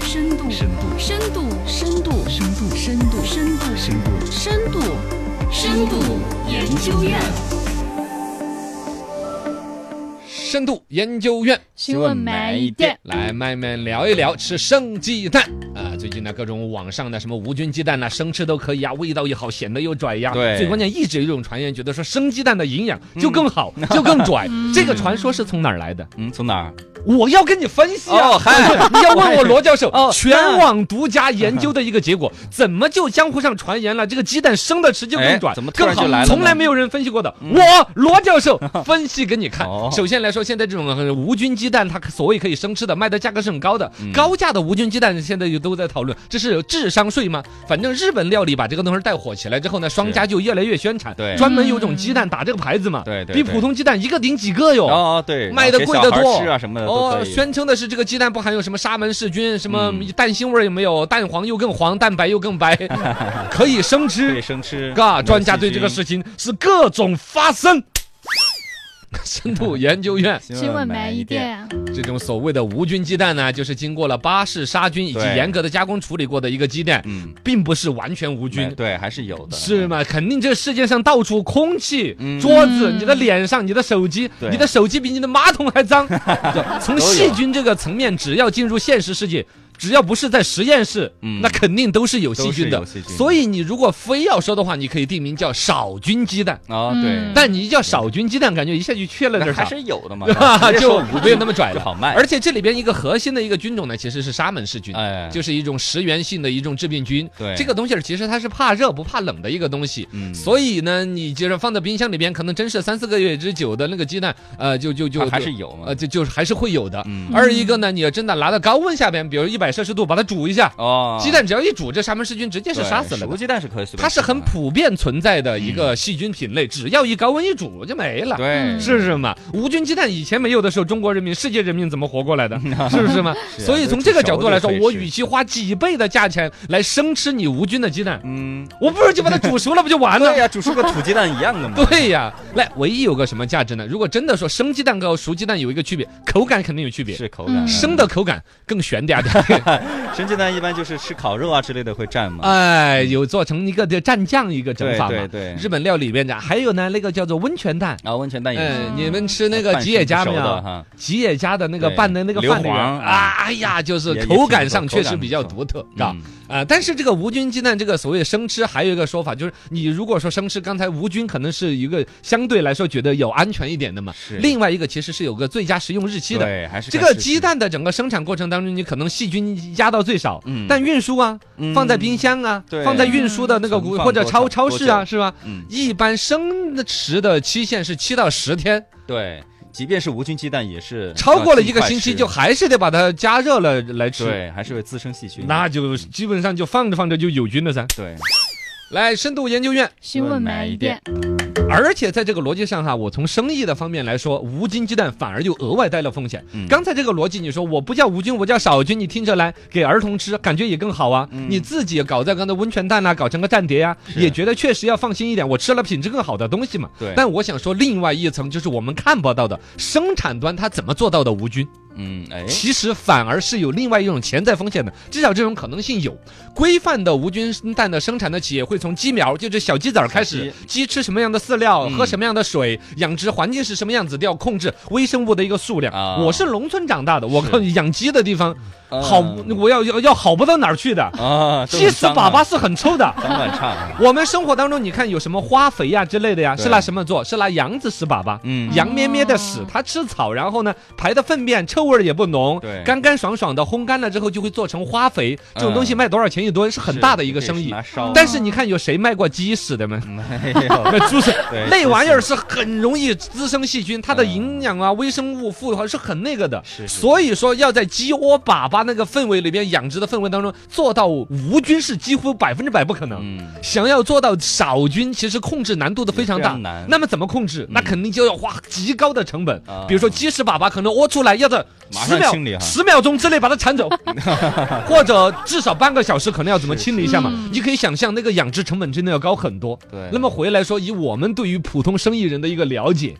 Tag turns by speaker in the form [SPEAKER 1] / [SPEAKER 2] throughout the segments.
[SPEAKER 1] 深度，
[SPEAKER 2] 深度，
[SPEAKER 3] 深度，
[SPEAKER 1] 深度，
[SPEAKER 3] 深度，
[SPEAKER 1] 深度，深度，
[SPEAKER 3] 深度，
[SPEAKER 2] 深度研究院
[SPEAKER 4] 深度研究院
[SPEAKER 2] 询问买一点，
[SPEAKER 4] 来慢慢聊一聊吃生鸡蛋啊！最近呢，各种网上的什么无菌鸡蛋呐、生吃都可以啊，味道又好，显得又拽呀。
[SPEAKER 1] 对
[SPEAKER 4] 最关键一直有一种传言，觉得说生鸡蛋的营养就更好，就更拽。这个传说是从哪儿来的？
[SPEAKER 1] 嗯，从哪儿？
[SPEAKER 4] 我要跟你分析啊！
[SPEAKER 1] 哦嗨
[SPEAKER 4] 你要问我罗教授
[SPEAKER 1] 哦，
[SPEAKER 4] 全网独家研究的一个结果，怎么就江湖上传言了这个鸡蛋生的吃就
[SPEAKER 1] 哎
[SPEAKER 4] 更短，
[SPEAKER 1] 怎么突
[SPEAKER 4] 更
[SPEAKER 1] 然就
[SPEAKER 4] 好
[SPEAKER 1] 来了？呢嗯
[SPEAKER 4] 从来没有人分析过的，我罗教授分析给你看
[SPEAKER 1] 哦。
[SPEAKER 4] 首先来说，现在这种呃无菌鸡蛋，它所谓可以生吃的，卖的价格是很高的
[SPEAKER 1] 嗯，
[SPEAKER 4] 高价的无菌鸡蛋现在也都在讨论，这是有智商税吗？反正日本料理把这个东西带火起来之后呢，商家就越来越宣传，
[SPEAKER 1] 对
[SPEAKER 4] 专门有种鸡蛋打这个牌子嘛，
[SPEAKER 1] 对对
[SPEAKER 4] 比
[SPEAKER 1] 对
[SPEAKER 4] 普通鸡蛋一个顶几个哟。
[SPEAKER 1] 哦，对，
[SPEAKER 4] 卖的
[SPEAKER 1] 给
[SPEAKER 4] 贵
[SPEAKER 1] 小
[SPEAKER 4] 得
[SPEAKER 1] 孩
[SPEAKER 4] 多
[SPEAKER 1] 吃啊什么的都
[SPEAKER 4] 哦
[SPEAKER 1] 可，以。
[SPEAKER 4] 宣称的是这个鸡蛋不含有什么沙门氏菌，什么
[SPEAKER 1] 嗯
[SPEAKER 4] 蛋腥味儿也没有，蛋黄又更黄，蛋白又更 白，可以生
[SPEAKER 1] 可以
[SPEAKER 4] 吃。
[SPEAKER 1] 生 吃，
[SPEAKER 4] 嘎，
[SPEAKER 1] 没有
[SPEAKER 4] 专家
[SPEAKER 1] 细
[SPEAKER 4] 对这个
[SPEAKER 1] 菌
[SPEAKER 4] 事情是各种发声。 深度研究院
[SPEAKER 2] 询问买一，点，
[SPEAKER 4] 这种所谓的无菌鸡蛋呢，就是经过了巴氏杀菌以及
[SPEAKER 1] 对
[SPEAKER 4] 严格的加工处理过的一个鸡蛋，
[SPEAKER 1] 嗯，
[SPEAKER 4] 并不是完全无
[SPEAKER 1] 菌
[SPEAKER 4] 菌。
[SPEAKER 1] 对还是有的，
[SPEAKER 4] 是吗？肯定这世界上到处空气、
[SPEAKER 1] 嗯
[SPEAKER 4] 桌子、
[SPEAKER 2] 嗯
[SPEAKER 4] 你的脸上、你的手机、
[SPEAKER 1] 对
[SPEAKER 4] 你的手机比你的马桶还 脏。就从
[SPEAKER 1] 都有
[SPEAKER 4] 细菌这个层面，只要进入现实世界，只要不是在实验室，
[SPEAKER 1] 嗯
[SPEAKER 4] 那肯定都是有细菌
[SPEAKER 1] 都
[SPEAKER 4] 的。
[SPEAKER 1] 是有细菌
[SPEAKER 4] 所以你如果非要说的话，你可以定名叫少菌鸡蛋。
[SPEAKER 1] 啊，对
[SPEAKER 2] 嗯，
[SPEAKER 4] 但你一叫少菌鸡蛋，感觉一下就缺了
[SPEAKER 1] 那
[SPEAKER 4] 点
[SPEAKER 1] 还
[SPEAKER 4] 啥。
[SPEAKER 1] 是有 的嘛
[SPEAKER 4] 对吧，
[SPEAKER 1] 直接
[SPEAKER 4] 就
[SPEAKER 1] 说无
[SPEAKER 4] 没有
[SPEAKER 1] 菌
[SPEAKER 4] 那么拽
[SPEAKER 1] 就
[SPEAKER 4] 了，
[SPEAKER 1] 好卖，
[SPEAKER 4] 而且这里边一个核心的一个菌种呢，其实是沙门氏菌，
[SPEAKER 1] 哎
[SPEAKER 4] 就是一种食源性的一种致病菌。
[SPEAKER 1] 对
[SPEAKER 4] 这个东西儿其实它是怕热不怕冷的一个东西。
[SPEAKER 1] 嗯
[SPEAKER 4] 所以呢，你就是放在冰箱里边，可能真是三四个月之久的那个鸡蛋，呃，就就就
[SPEAKER 1] 啊它还是
[SPEAKER 4] 就
[SPEAKER 1] 有嘛
[SPEAKER 4] 呃，，就就是还是会有的。
[SPEAKER 1] 嗯，
[SPEAKER 4] 二一个呢，你要真的拿到高温下边，比如一百摄氏度，把它煮一下，
[SPEAKER 1] 哦，
[SPEAKER 4] 鸡蛋只要一煮，这沙门氏菌直接是
[SPEAKER 1] 对
[SPEAKER 4] 杀死了
[SPEAKER 1] 熟
[SPEAKER 4] 的。
[SPEAKER 1] 鸡蛋是可以随便
[SPEAKER 4] 它是
[SPEAKER 1] 吃的
[SPEAKER 4] 很普遍存在的一个细菌品类，只要一高温一煮就没了。
[SPEAKER 2] 嗯
[SPEAKER 1] 对，
[SPEAKER 4] 是不是嘛？无菌鸡蛋以前没有的时候，中国人民、世界人民怎么活过来的？是不是嘛？
[SPEAKER 1] 是啊
[SPEAKER 4] 所以从这个角度来说
[SPEAKER 1] 都是，
[SPEAKER 4] 我
[SPEAKER 1] 熟的可以吃
[SPEAKER 4] 与其花几倍的价钱来生吃你无菌的鸡蛋，
[SPEAKER 1] 嗯，
[SPEAKER 4] 我不如就把它煮熟了，不就完了
[SPEAKER 1] 对？呀，煮出个土鸡蛋一样的嘛，
[SPEAKER 4] 啊 对呀，来，唯一有个什么价值呢？如果真的说生鸡蛋和熟鸡蛋有一个区别，口感肯定有区别，
[SPEAKER 1] 是口感啊
[SPEAKER 2] 嗯
[SPEAKER 4] 生的口感更悬点儿点 儿，
[SPEAKER 1] 生鸡蛋一般就是吃烤肉啊之类的会蘸嘛，
[SPEAKER 4] 哎，有做成一个的蘸酱一个整
[SPEAKER 1] 对
[SPEAKER 4] 法
[SPEAKER 1] 对
[SPEAKER 4] 嘛。
[SPEAKER 1] 对，
[SPEAKER 4] 日本料理里边的，还有呢，那个叫做温泉蛋。
[SPEAKER 1] 然后温泉蛋也啊是
[SPEAKER 4] 嗯，你们吃那个
[SPEAKER 1] 半
[SPEAKER 4] 吉野
[SPEAKER 1] 生不
[SPEAKER 4] 家没
[SPEAKER 1] 熟的
[SPEAKER 4] 有？
[SPEAKER 1] 哈，
[SPEAKER 4] 吉野家的那个
[SPEAKER 1] 对
[SPEAKER 4] 拌的那个
[SPEAKER 1] 硫
[SPEAKER 4] 饭那个
[SPEAKER 1] 磺
[SPEAKER 4] 啊，哎呀，就是
[SPEAKER 1] 也也
[SPEAKER 4] 口
[SPEAKER 1] 挺
[SPEAKER 4] 感
[SPEAKER 1] 不
[SPEAKER 4] 上确
[SPEAKER 1] 错口
[SPEAKER 4] 实
[SPEAKER 1] 感
[SPEAKER 4] 比
[SPEAKER 1] 不
[SPEAKER 4] 较
[SPEAKER 1] 错
[SPEAKER 4] 独特，嘎
[SPEAKER 1] 嗯
[SPEAKER 4] 啊。但是这个无菌鸡蛋这个所谓生吃，还有一个说法就是，你如果说生吃，刚才无菌可能是一个相对来说觉得有安全一点的嘛。
[SPEAKER 1] 是
[SPEAKER 4] 另外一个其实是有个最佳食用日期的。
[SPEAKER 1] 对，还是
[SPEAKER 4] 这
[SPEAKER 1] 看
[SPEAKER 4] 个
[SPEAKER 1] 时
[SPEAKER 4] 鸡
[SPEAKER 1] 期
[SPEAKER 4] 蛋的整个生产过程当中，你可能细菌压到最少，
[SPEAKER 1] 嗯
[SPEAKER 4] 但运输啊，放在冰箱啊，
[SPEAKER 1] 对
[SPEAKER 4] 放在运输的那个
[SPEAKER 1] 存放
[SPEAKER 4] 或者
[SPEAKER 1] 多
[SPEAKER 4] 超
[SPEAKER 1] 长
[SPEAKER 4] 超
[SPEAKER 1] 多
[SPEAKER 4] 市啊，
[SPEAKER 1] 久
[SPEAKER 4] 是吧？
[SPEAKER 1] 嗯，
[SPEAKER 4] 一般生食的期限是七到十天。
[SPEAKER 1] 对，即便是无菌鸡蛋也是
[SPEAKER 4] 超过了一个
[SPEAKER 1] 要尽快
[SPEAKER 4] 星期，
[SPEAKER 1] 吃
[SPEAKER 4] 就还是得把它加热了来吃。
[SPEAKER 1] 对，还是会滋生细菌。
[SPEAKER 4] 那就基本上就放着放着就有菌了噻。
[SPEAKER 1] 对，
[SPEAKER 4] 来，深度研究院，
[SPEAKER 2] 询问买一点，
[SPEAKER 4] 而且在这个逻辑上哈，我从生意的方面来说，无菌鸡蛋反而又额外带了风险。
[SPEAKER 1] 嗯
[SPEAKER 4] 刚才这个逻辑，你说我不叫无菌，我叫少菌，你听着来给儿童吃，感觉也更好啊。
[SPEAKER 1] 嗯
[SPEAKER 4] 你自己搞在刚才温泉蛋啊，搞成个蘸碟呀、
[SPEAKER 1] 是
[SPEAKER 4] 也觉得确实要放心一点，我吃了品质更好的东西嘛。
[SPEAKER 1] 对
[SPEAKER 4] 但我想说，另外一层就是我们看不到的生产端它怎么做到的无菌。
[SPEAKER 1] 嗯，哎，
[SPEAKER 4] 其实反而是有另外一种潜在风险的，至少这种可能性有。规范的无菌蛋的生产的企业会从鸡苗，就是小鸡崽儿开始，鸡吃什么样的饲料，
[SPEAKER 1] 嗯
[SPEAKER 4] 喝什么样的水，养殖环境是什么样子，都要控制微生物的一个数量。
[SPEAKER 1] 啊
[SPEAKER 4] 我是农村长大的，我
[SPEAKER 1] 是
[SPEAKER 4] 靠，养鸡的地方
[SPEAKER 1] 呃
[SPEAKER 4] 好，我要要要好不到哪儿 去的，
[SPEAKER 1] 啊，
[SPEAKER 4] 鸡屎粑粑是很臭的。
[SPEAKER 1] 脏乱差。啊
[SPEAKER 4] 我们生活当中，你看有什么花肥呀、之类的呀，是拿什么做？是拿羊子屎粑粑。
[SPEAKER 1] 嗯，
[SPEAKER 4] 羊咩咩的屎
[SPEAKER 2] 哦，
[SPEAKER 4] 它吃草，然后呢排的粪便臭味儿也不浓，
[SPEAKER 1] 对
[SPEAKER 4] 干干爽爽的，烘干了之后就会做成花肥，这种
[SPEAKER 1] 嗯
[SPEAKER 4] 东西卖多少钱一吨是很大的一个
[SPEAKER 1] 是可
[SPEAKER 4] 生意
[SPEAKER 1] 以拿。烧哎的，
[SPEAKER 4] 但是你看有谁卖过鸡屎的吗？
[SPEAKER 1] 没有，
[SPEAKER 4] 那猪屎
[SPEAKER 1] 对
[SPEAKER 4] 那玩意儿是很容易滋生细菌，它的
[SPEAKER 1] 嗯
[SPEAKER 4] 营养啊、微生物复合是很那个的。
[SPEAKER 1] 是是
[SPEAKER 4] 所以说要在鸡窝粑粑那个氛围里边养殖的氛围当中做到无菌是几乎百分之百不可能。
[SPEAKER 1] 嗯，
[SPEAKER 4] 想要做到少菌，其实控制难度都非常
[SPEAKER 1] 也
[SPEAKER 4] 大
[SPEAKER 1] 非常难。嗯
[SPEAKER 4] 那么怎么控制？那肯定就要花极高的成本
[SPEAKER 1] 啊。
[SPEAKER 4] 比如说鸡屎粑粑可能屙出来要在
[SPEAKER 1] 马
[SPEAKER 4] 十
[SPEAKER 1] 上
[SPEAKER 4] 秒
[SPEAKER 1] 清理哈啊
[SPEAKER 4] 十秒钟之内把它 铲走，或者至少半个小时可能要怎么清理一下嘛
[SPEAKER 2] 是是。
[SPEAKER 4] 你可以想象那个养殖成本真的要高很多。
[SPEAKER 1] 对
[SPEAKER 4] 那么回来说，以我们对于普通生意人的一个了解。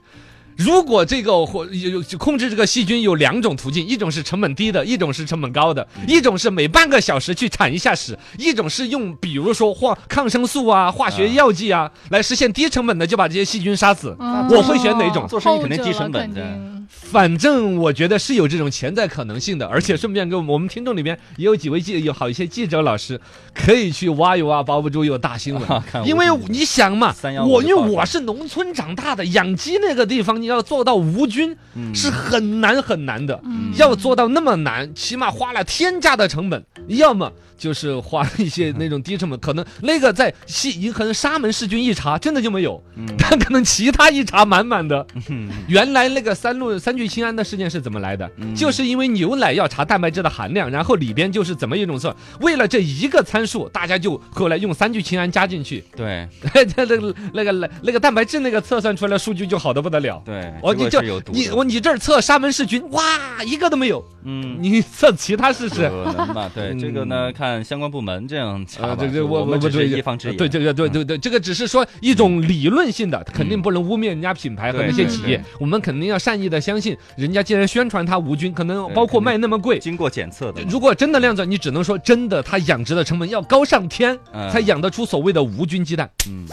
[SPEAKER 4] 如果这个或有有控制这个细菌有两种途径，一种是成本低的，一种是成本高的，一种是每半个小时去铲一下屎，一种是用比如说化抗生素啊、化学药剂啊来实现低成本的就把这些细菌杀死。
[SPEAKER 2] 哦
[SPEAKER 4] 我会选哪种
[SPEAKER 1] 做生意肯定
[SPEAKER 2] 后者
[SPEAKER 1] 低
[SPEAKER 2] 了
[SPEAKER 1] 成本
[SPEAKER 2] 肯
[SPEAKER 1] 的
[SPEAKER 2] 定
[SPEAKER 4] 反正我觉得是有这种潜在可能性的，而且顺便跟我们听众里面也有几位记有好一些记者老师可以去挖一挖包不住有大新闻
[SPEAKER 1] 看，无
[SPEAKER 4] 因为
[SPEAKER 1] 菌的
[SPEAKER 4] 你想嘛
[SPEAKER 1] 三幺，五
[SPEAKER 4] 我
[SPEAKER 1] 就
[SPEAKER 4] 因为
[SPEAKER 1] 爆
[SPEAKER 4] 我
[SPEAKER 1] 发
[SPEAKER 4] 是农村长大的，养鸡那个地方你要做到无菌
[SPEAKER 1] 嗯
[SPEAKER 4] 是很难很难的。
[SPEAKER 2] 嗯
[SPEAKER 4] 要做到那么难，起码花了天价的成本，要么就是花了一些那种低成本，可能那个在西银恒沙门氏菌一查真的就没有，
[SPEAKER 1] 嗯
[SPEAKER 4] 但可能其他一查满满的。
[SPEAKER 1] 嗯
[SPEAKER 4] 原来那个三鹿三聚氰胺的事件是怎么来的？
[SPEAKER 1] 嗯
[SPEAKER 4] 就是因为牛奶要查蛋白质的含量，然后里边就是怎么一种算，为了这一个参数，大家就后来用三聚氰胺加进去，
[SPEAKER 1] 对
[SPEAKER 4] 那个那个那个蛋白质那个测算出来的数据就好的不得了。
[SPEAKER 1] 对，
[SPEAKER 4] 哦，
[SPEAKER 1] 结
[SPEAKER 4] 你
[SPEAKER 1] 果
[SPEAKER 4] 就是
[SPEAKER 1] 有毒
[SPEAKER 4] 你
[SPEAKER 1] 的
[SPEAKER 4] 我你这儿测沙门氏菌，哇，一个都没有，
[SPEAKER 1] 嗯。
[SPEAKER 4] 你测其他试试。
[SPEAKER 1] 可能吧，对这个呢，看相关部门这样查吧。
[SPEAKER 4] 这
[SPEAKER 1] 就
[SPEAKER 4] 这我
[SPEAKER 1] 们
[SPEAKER 4] 我
[SPEAKER 1] 只是
[SPEAKER 4] 呃对
[SPEAKER 1] 一方之言。嗯
[SPEAKER 4] 对这个对对对，这个只是说一种理论性的，肯定不能污蔑人家品牌和
[SPEAKER 1] 对
[SPEAKER 4] 那些
[SPEAKER 2] 对
[SPEAKER 4] 企
[SPEAKER 1] 对
[SPEAKER 4] 业，我们肯定要善意的相信，人家既然宣传它无菌，可能包括卖那么贵。
[SPEAKER 1] 经过检测的嘛，
[SPEAKER 4] 如果真的量子，你只能说真的，它养殖的成本要高上天，
[SPEAKER 1] 嗯
[SPEAKER 4] 才养得出所谓的无菌鸡蛋。
[SPEAKER 1] 嗯
[SPEAKER 2] 嗯，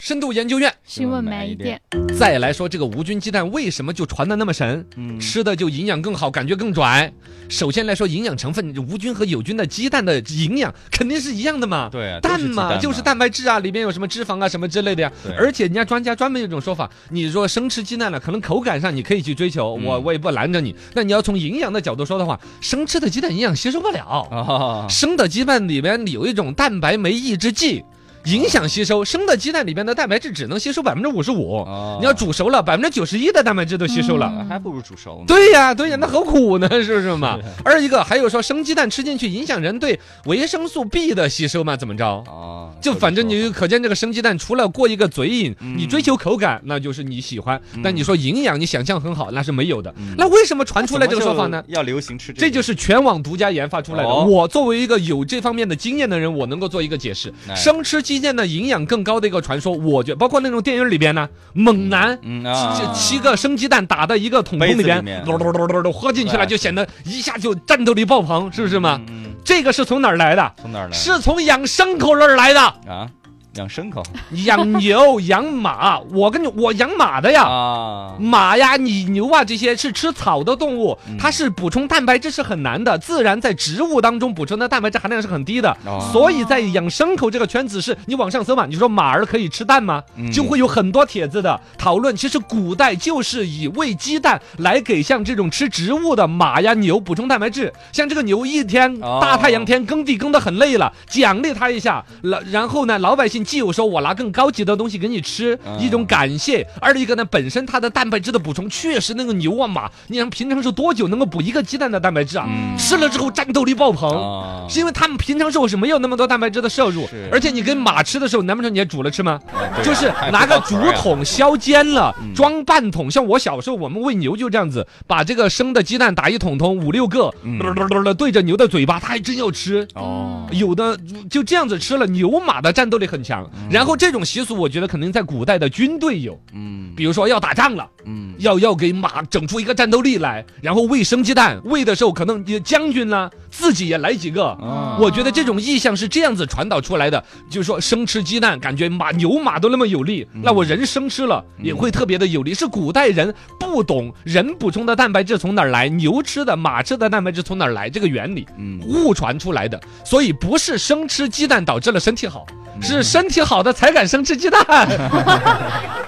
[SPEAKER 4] 深度研究院
[SPEAKER 2] 新闻买一点，
[SPEAKER 4] 再来说这个无菌鸡蛋为什么就传的那么神，
[SPEAKER 1] 嗯
[SPEAKER 4] 吃的就营养更好，感觉更拽。首先来说，营养成分无菌和有菌的鸡蛋的营养肯定是一样的嘛。
[SPEAKER 1] 对啊，
[SPEAKER 4] 蛋
[SPEAKER 1] 嘛
[SPEAKER 4] 嘛，就是，蛋白质啊，里面有什么脂肪啊，什么之类的呀
[SPEAKER 1] 对。
[SPEAKER 4] 而且人家专家专门有一种说法，你说生吃鸡蛋了，可能口感上你可以去追求，
[SPEAKER 1] 嗯
[SPEAKER 4] 我我也不拦着你。那你要从营养的角度说的话，生吃的鸡蛋营养吸收不了，
[SPEAKER 1] 哦，
[SPEAKER 4] 生的鸡蛋里面有一种蛋白酶抑制剂，影响吸收。生的鸡蛋里面的蛋白质只能吸收百分之五十五，
[SPEAKER 1] 哦
[SPEAKER 4] 你要煮熟了，百分之九十一的蛋白质都吸收了。
[SPEAKER 2] 嗯
[SPEAKER 1] 还不如煮熟呢。
[SPEAKER 4] 对呀、对呀、那何苦呢？是不是嘛？二一个还有说生鸡蛋吃进去影响人对维生素 B 的吸收嘛？怎么着？
[SPEAKER 1] 哦，
[SPEAKER 4] 就反正你就可见这个生鸡蛋，除了过一个嘴瘾，
[SPEAKER 1] 嗯
[SPEAKER 4] 你追求口感，那就是你喜欢。但你说营养，你想象很好，那是没有的
[SPEAKER 1] 嗯。
[SPEAKER 4] 那为什么传出来这个说法呢？？
[SPEAKER 1] 要流行吃
[SPEAKER 4] 这就是是全网独家研发出来的。
[SPEAKER 1] 哦
[SPEAKER 4] 我作为一个有这方面的经验的人，我能够做一个解释。
[SPEAKER 1] 哎
[SPEAKER 4] 生吃鸡蛋的营养更高的一个传说，我觉包括那种电影里边呢，猛男。
[SPEAKER 1] 嗯
[SPEAKER 4] 这
[SPEAKER 1] 啊，
[SPEAKER 4] 七个生鸡蛋打到一个桶
[SPEAKER 1] 杯
[SPEAKER 4] 桶里
[SPEAKER 1] 子里
[SPEAKER 4] 边
[SPEAKER 1] 面，
[SPEAKER 4] 咚咚咚咚咚喝进去了，
[SPEAKER 1] 对
[SPEAKER 4] 就显得一下就战斗力爆棚，是不是嘛？
[SPEAKER 1] 嗯？嗯
[SPEAKER 4] 这个是从哪儿来的？
[SPEAKER 1] 从哪儿来？
[SPEAKER 4] 是从养牲口那儿来的。
[SPEAKER 1] 啊，养牲口
[SPEAKER 4] 养牛、 养马，我跟你我养马的呀。
[SPEAKER 1] 啊，
[SPEAKER 4] 马呀，你牛啊，这些是吃草的动物
[SPEAKER 1] 嗯，
[SPEAKER 4] 它是补充蛋白质是很难的，自然在植物当中补充的蛋白质含量是很低的，
[SPEAKER 1] 哦
[SPEAKER 4] 所以在养牲口这个圈子是，你往上搜嘛，你说马儿可以吃蛋吗？
[SPEAKER 1] 嗯
[SPEAKER 4] 就会有很多帖子的讨论。其实古代就是以喂鸡蛋来给像这种吃植物的马呀、牛补充蛋白质。像这个牛一天
[SPEAKER 1] 哦
[SPEAKER 4] 大太阳天耕地耕得很累了，奖励它一下，老然后呢，老百姓既有说我拿更高级的东西给你吃，
[SPEAKER 1] 嗯
[SPEAKER 4] 一种感谢；二一个呢，本身它的蛋白质的补充确实那个牛啊马，你想平常是多久能够补一个鸡蛋的蛋白质啊？
[SPEAKER 1] 嗯
[SPEAKER 4] 吃了之后战斗力爆棚。
[SPEAKER 1] 啊，
[SPEAKER 4] 是因为他们平常时候是没有那么多蛋白质的摄入
[SPEAKER 1] 是，
[SPEAKER 4] 而且你跟马吃的时候，难不成你也煮了吃吗？
[SPEAKER 1] 啊对啊
[SPEAKER 4] 就是
[SPEAKER 1] 还
[SPEAKER 4] 拿
[SPEAKER 1] 不到
[SPEAKER 4] 个
[SPEAKER 1] 词
[SPEAKER 4] 竹
[SPEAKER 1] 儿呀
[SPEAKER 4] 筒削尖了
[SPEAKER 1] 嗯，
[SPEAKER 4] 装半桶。像我小时候，我们喂牛就这样子，把这个生的鸡蛋打一桶桶，五六个
[SPEAKER 1] 嗯，
[SPEAKER 4] 嘟嘟嘟嘟对着牛的嘴巴，它还真要吃。
[SPEAKER 1] 哦，
[SPEAKER 4] 有的就这样子吃了，牛马的战斗力很强。然后这种习俗，我觉得肯定在古代的军队有，
[SPEAKER 1] 嗯
[SPEAKER 4] 比如说要打仗了，
[SPEAKER 1] 嗯
[SPEAKER 4] 要要给马整出一个战斗力来，然后喂生鸡蛋，喂的时候可能也将军呢、自己也来几个，
[SPEAKER 1] 啊
[SPEAKER 4] 我觉得这种意向是这样子传导出来的，就是说生吃鸡蛋，感觉马牛马都那么有力，
[SPEAKER 1] 嗯
[SPEAKER 4] 那我人生吃了也会特别的有力。是古代人不懂人补充的蛋白质从哪儿来，牛吃的、马吃的蛋白质从哪儿来这个原理。
[SPEAKER 1] 嗯
[SPEAKER 4] 误传出来的，所以不是生吃鸡蛋导致了身体好，
[SPEAKER 1] 嗯
[SPEAKER 4] 是身体好的才敢生吃鸡 蛋。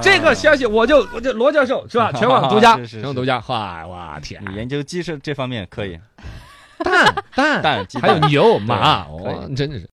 [SPEAKER 4] 这个消息我就我就罗教授是 吧？全网独家，
[SPEAKER 1] 是是是
[SPEAKER 4] 全网独家。哇哇天，啊
[SPEAKER 1] 你研究鸡是这方面可以，
[SPEAKER 4] 蛋蛋
[SPEAKER 1] 蛋鸡
[SPEAKER 4] 还有
[SPEAKER 1] 蛋
[SPEAKER 4] 牛马，
[SPEAKER 1] 对可以
[SPEAKER 4] 哦，真的是。